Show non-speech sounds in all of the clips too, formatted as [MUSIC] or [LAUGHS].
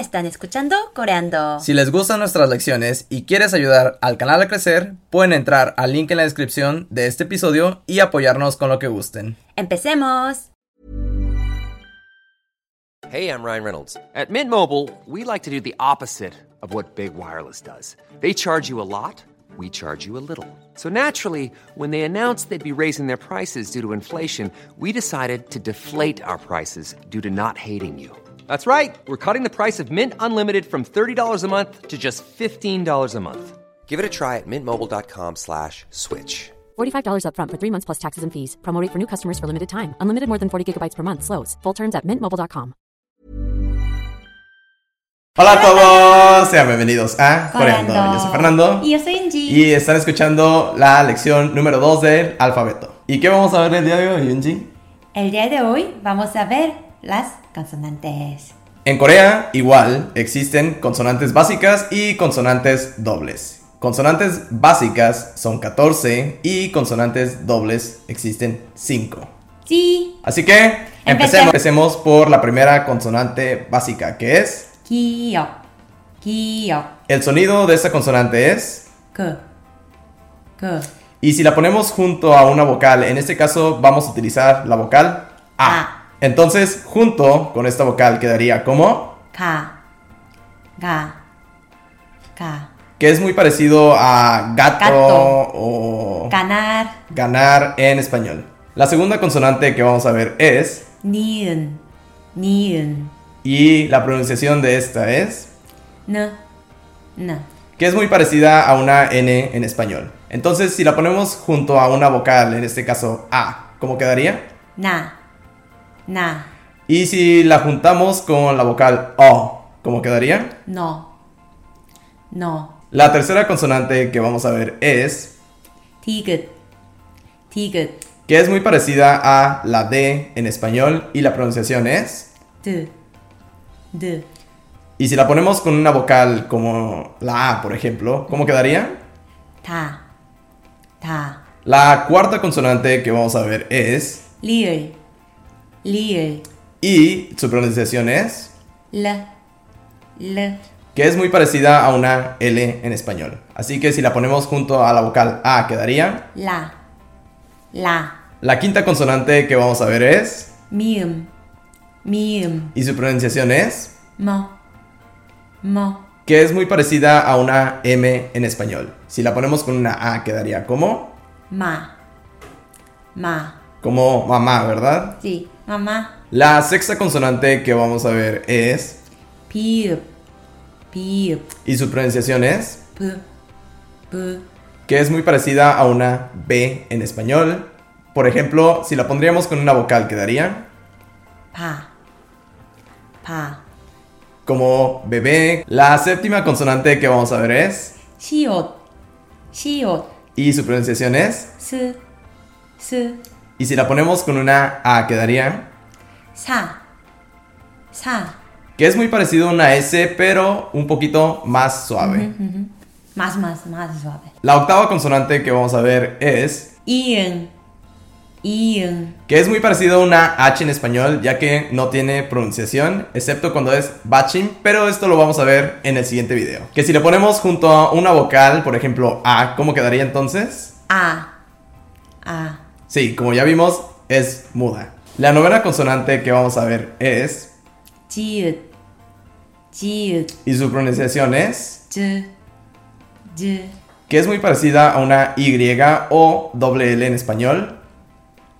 están escuchando Coreando. Si les gustan nuestras lecciones y quieres ayudar al canal a crecer, pueden entrar al link en la descripción de este episodio y apoyarnos con lo que gusten. ¡Empecemos! Hey, I'm Ryan Reynolds. At Mint Mobile, we like to do the opposite of what Big Wireless does. They charge you a lot, we charge you a little. So naturally, when they announced they'd be raising their prices due to inflation, we decided to deflate our prices due to not hating you. That's right. We're cutting the price of Mint Unlimited from $30 a month to just $15 a month. Give it a try at mintmobile.com slash switch. $45 upfront for three months plus taxes and fees. Promo rate for new customers for limited time. Unlimited more than 40 gigabytes per month. Slows. Full terms at mintmobile.com. Hola a todos, sean bienvenidos a Coreando. Coreando. Yo soy Fernando Y yo soy Enji. y están escuchando la lección número 2 del alfabeto. ¿Y qué vamos a ver el día de hoy, Yunji? El día de hoy vamos a ver las consonantes. En Corea, igual, existen consonantes básicas y consonantes dobles. Consonantes básicas son 14 y consonantes dobles existen 5. Sí, Así que empecemos. Empecemos por la primera consonante básica, que es 기억, 기억, el sonido de esta consonante es. 그, 그, Y si la ponemos junto a una vocal, en este caso vamos a utilizar la vocal A. A. Entonces, junto con esta vocal quedaría como, 가, 가, 가, que es muy parecido a gato, Gato. o ganar, ganar en español. La segunda consonante que vamos a ver es, 니은, 니은, y la pronunciación de esta es, 느, 느, que es muy parecida a una N en español. Entonces, si la ponemos junto a una vocal, en este caso A, ¿cómo quedaría? 나, 나, Y si la juntamos con la vocal O, ¿cómo quedaría? 너, 너, La tercera consonante que vamos a ver es, 디귿, 디귿, que es muy parecida a la D en español y la pronunciación es. 드, 드, Y si la ponemos con una vocal como la A, por ejemplo, ¿cómo quedaría? 다, 다, La cuarta consonante que vamos a ver es, 리을, 리을, y su pronunciación es, 르, 르, que es muy parecida a una L en español. Así que si la ponemos junto a la vocal A, quedaría. 라, 라, La quinta consonante que vamos a ver es, 미음, 미음, y su pronunciación es, 뭐, 뭐, que es muy parecida a una M en español. Si la ponemos con una A quedaría como, 마, 마, como mamá, ¿verdad? 지, 마마, La sexta consonante que vamos a ver es, 비읍, 비읍, y su pronunciación es, 브, 브, que es muy parecida a una B en español. Por ejemplo, si la pondríamos con una vocal quedaría 바, 바, como bebé. La séptima consonante que vamos a ver es, 시옷, 시옷, y su pronunciación es, 스, 스, y si la ponemos con una A quedaría 사, 사, que es muy parecido a una S, pero un poquito más suave. 마스, 마스, 마스 수업에. La octava consonante que vamos a ver es, 이응, 이응, que es muy parecido a una H en español, ya que no tiene pronunciación, excepto cuando es bachim, pero esto lo vamos a ver en el siguiente video. Que si le ponemos junto a una vocal, por ejemplo A, ¿cómo quedaría entonces? 아, 아, Sí, como ya vimos, es muda. La novena consonante que vamos a ver es, 지읒, 지읒, y su pronunciación es, 즈, 즈, que es muy parecida a una Y o doble L en español,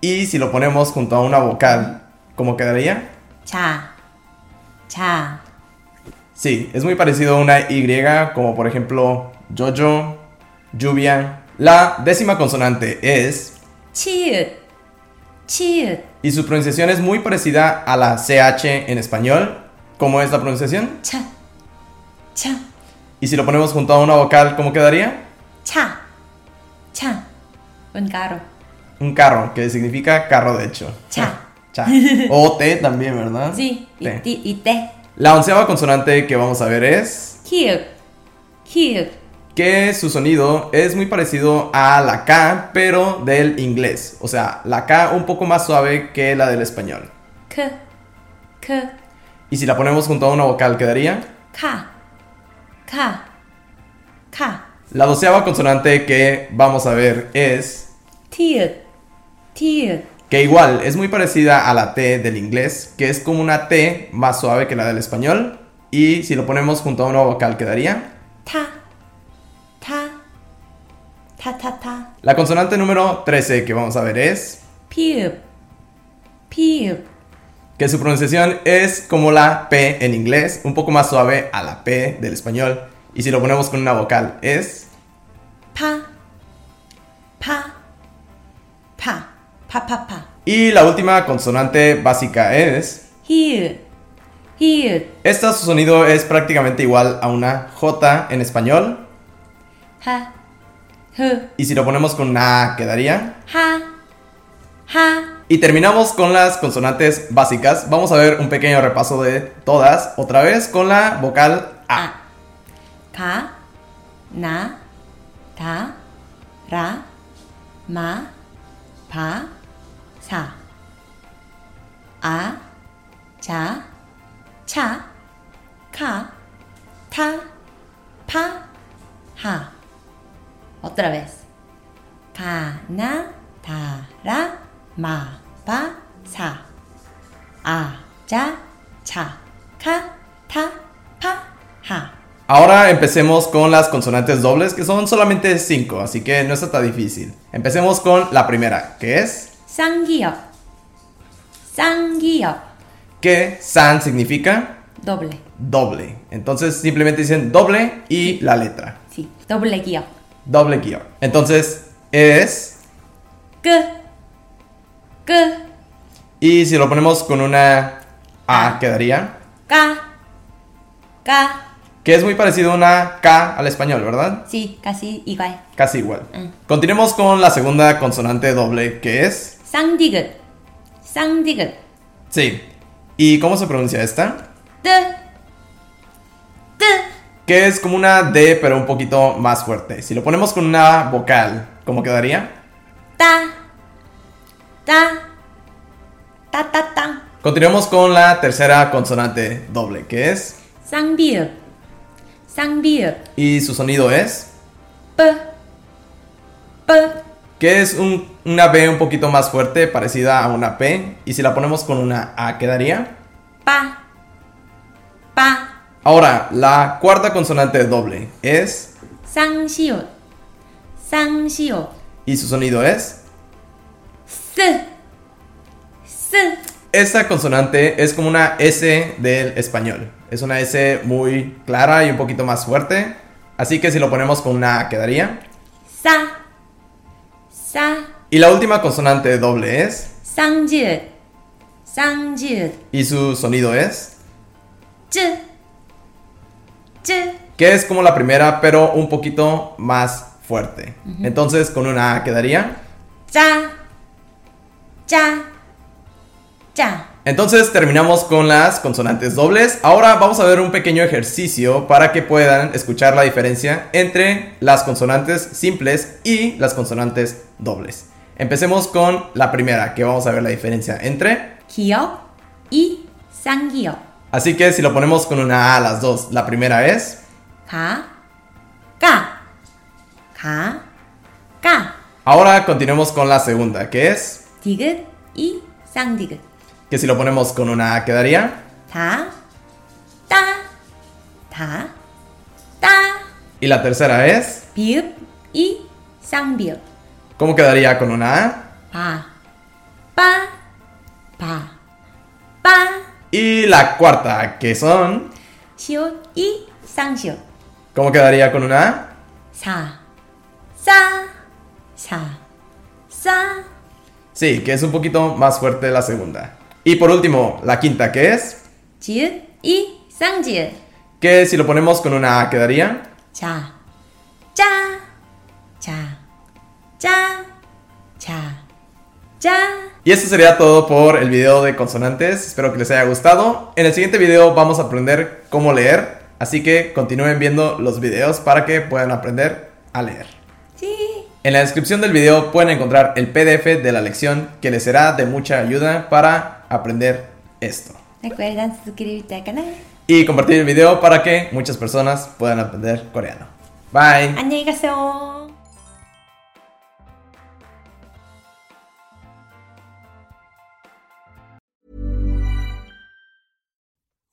y si lo ponemos junto a una vocal, ¿cómo quedaría? 자, 자, Sí, es muy parecido a una Y, como por ejemplo Jojo, lluvia. La décima consonante es, 치읒, 치읒, y su pronunciación es muy parecida a la CH en español. ¿Cómo es la pronunciación? 차, 차, Y si lo ponemos junto a una vocal, ¿cómo quedaría? 차, 차, 은가로, Un carro, que significa carro de hecho. 차. [LAUGHS] Cha. O T también, ¿verdad? 지, T. 이때, 이때, La onceava consonante que vamos a ver es, 키읔, 키읔, que su sonido es muy parecido a la K, pero del inglés. O sea, la K un poco más suave que la del español. 크, 크, Y si la ponemos junto a una vocal, quedaría Ka. Ka. Ka. la doceava consonante que vamos a ver es Tear. Tear. que igual es muy parecida a la T del inglés, que es como una T más suave que la del español. Y si lo ponemos junto a una vocal, quedaría Ta. Ta. Ta ta ta. la consonante número 13 que vamos a ver es Peep. Peep. que su pronunciación es como la P en inglés, un poco más suave a la P del español. Y si lo ponemos con una vocal es Pa. Pa. Pa. Pa pa pa. Y la última consonante básica es... Here. Here. Esta su sonido es prácticamente igual a una J en español. Ha. H. Y si lo ponemos con una A quedaría... Ha. Ha. Y terminamos con las consonantes básicas. Vamos a ver un pequeño repaso de todas. Otra vez con la vocal A. A. Ka. Na. Ta. Ra. Ma. Pa. Sa. A. Cha. Cha. Ka. Ta. Pa. Ha. Otra vez. Ka. Na. Ta. Ra. Ma. Pa. Sa. A. Cha. Cha. Ka. Ta. Pa. Ha. Ahora empecemos con las consonantes dobles, que son solamente 5, así que no está tan difícil. Empecemos con la primera, que es... 쌍기역 쌍기역 Que san significa doble doble. Entonces simplemente dicen doble y la letra. sí doble 기역 Doble guión. Entonces es. Y si lo ponemos con una A, quedaría. 끄끄까까 Que es muy parecido a una K al español, ¿verdad? sí casi igual Casi igual. Continuemos con la segunda consonante doble, que es. 쌍디귿 쌍디귿 Sí. ¿Y cómo se pronuncia esta? 뜨뜨 Que es como una D, pero un poquito más fuerte. Si lo ponemos con una vocal, ¿cómo quedaría? 따따 따따땅 Continuemos con la tercera consonante doble, que es. 쌍비읍 쌍비읍 Y su sonido es. 뿌뿌 que es un- una B un poquito más fuerte, parecida a una P, y si la ponemos con una A quedaría. 빠 빠. Ahora, la cuarta consonante doble es, 쌍시옷 쌍시옷 y su sonido es. 쓰, 쓰, Esta consonante es como una S del español, es una S muy clara y un poquito más fuerte, así que si lo ponemos con una A quedaría. 싸, 싸, Y la última consonante doble es, 쌍지읒, 쌍지읒, y su sonido es, 쯔, 쯔, que es como la primera, pero un poquito más fuerte. Entonces, con una A quedaría. 짜, 짜, 짜. Entonces terminamos con las consonantes dobles. Ahora vamos a ver un pequeño ejercicio para que puedan escuchar la diferencia entre las consonantes simples y las consonantes dobles. Empecemos con la primera, que vamos a ver la diferencia entre. 기억, 이, 쌍기역. Así que si lo ponemos con una A las dos, la primera es. 가, 까, 가, 까. Ahora continuemos con la segunda, que es. 디귿, 이, 쌍디귿. Que si lo ponemos con una A quedaría. 다, 따, 다, 따. Y la tercera es. 비읍 이 쌍비읍 ¿Cómo quedaría con una A? 바바바바 Y la cuarta, que son. 시옷 이 쌍시옷 ¿Cómo quedaría con una A? 사사사사사 Sí, que es un poquito más fuerte la segunda. Y por último, la quinta que es, 지읒 이 쌍지읒 que si lo ponemos con una A quedaría. 자자자자자자 Y eso sería todo por el video de consonantes, espero que les haya gustado. En el siguiente video vamos a aprender cómo leer, así que continúen viendo los videos para que puedan aprender a leer. 지 En la descripción del video pueden encontrar el PDF de la lección que les será de mucha ayuda para aprender esto. Recuerdan suscribirte al canal. y compartir el video para que muchas personas puedan aprender coreano. Bye. 안녕히가세요.